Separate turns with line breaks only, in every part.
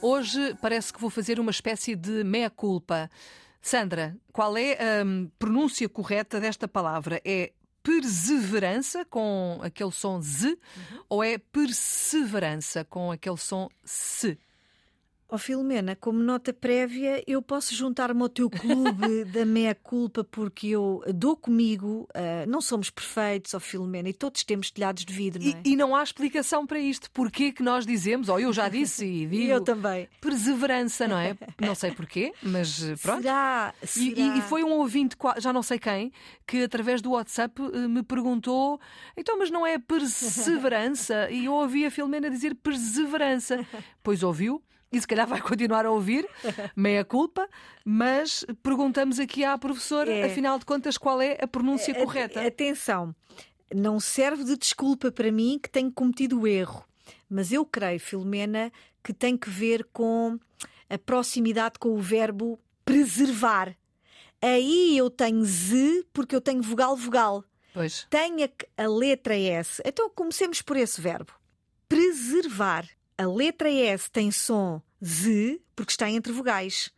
Hoje parece que vou fazer uma espécie de meia-culpa. Sandra, qual é a hum, pronúncia correta desta palavra? É perseverança com aquele som z ou é perseverança com aquele som se?
Ó Filomena, como nota prévia, eu posso juntar-me ao teu clube da meia culpa porque eu dou comigo, ah, não somos perfeitos, ó Filomena, e todos temos telhados de vidro, não é?
E, e não há explicação para isto. Porquê que nós dizemos, ou eu já disse e
E
digo,
eu também.
perseverança, não é? Não sei porquê, mas eh, pronto.
Será?
E-
será?
E, e foi um ouvinte, qua- já não sei quem, que através do WhatsApp eh, me perguntou: então, mas não é perseverança? E eu ouvi a Filomena dizer perseverança. Pois ouviu, e se calhar vai continuar a ouvir, meia culpa, mas perguntamos aqui à professora,
É.
afinal de contas, qual é a pronúncia correta.
A- Atenção, não serve de desculpa para mim que tenho cometido o erro, mas eu creio, Filomena, que tem que ver com a proximidade com o verbo preservar. Aí eu tenho z porque eu tenho vogal-vogal.
Pois.
Tenho a, a letra S. Então comecemos por esse verbo. Preservar. A letra S tem som z porque está entre vogais,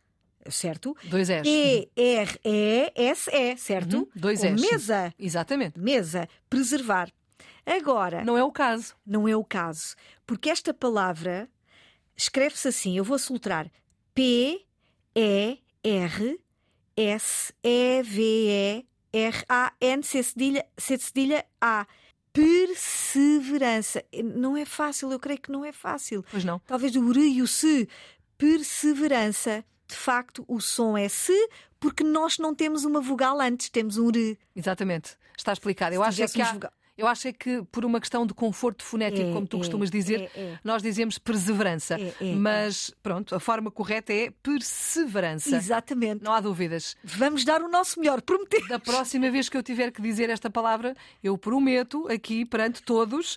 certo?
Dois S.
É. E-R-E-S-E, certo?
Uhum, Dois
Ou
S.
mesa,
Exatamente.
mesa, preservar. Agora, não.
Não é o caso.
é o caso, porque esta palavra escreve-se assim, eu vou soltar P E R S E V E R A N C cedilha, C cedilha A. Perseverança. Não é fácil, eu creio que não é fácil
Pois não.
talvez o re e o se, perseverança. De facto, o som é se, porque nós não temos uma vogal antes, temos um re.
Exatamente. Está explicado. Eu
Se
acho, é que
tivéssemos
há-
vogal-
eu acho é que, por uma questão de conforto fonético,
É,
como tu
é,
costumas dizer,
é, é.
nós dizemos perseverança.
É, é, é.
Mas, pronto, a forma correta é perseverança.
Exatamente.
Não há dúvidas.
Vamos dar o nosso melhor, prometer.
Da próxima vez que eu tiver que dizer esta palavra, eu prometo aqui perante todos,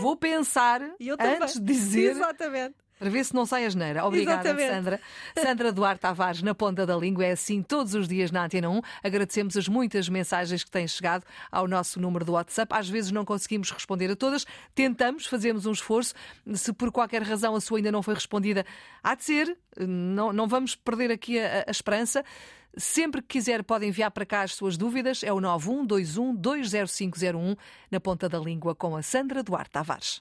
vou pensar
E eu também.
antes de dizer
Exatamente.
para ver se não sai a geneira. Obrigada,
Exatamente.
Sandra. Sandra Duarte Tavares, na ponta da língua, é assim todos os dias na Antena 1. Agradecemos as muitas mensagens que têm chegado ao nosso número do WhatsApp. Às vezes não conseguimos responder a todas, tentamos, fazemos um esforço. Se por qualquer razão a sua ainda não foi respondida, há de ser, não, não vamos perder aqui a, a esperança. Sempre que quiser, pode enviar para cá as suas dúvidas. um É o 9121 20501, na ponta da língua, com a Sandra Duarte Tavares.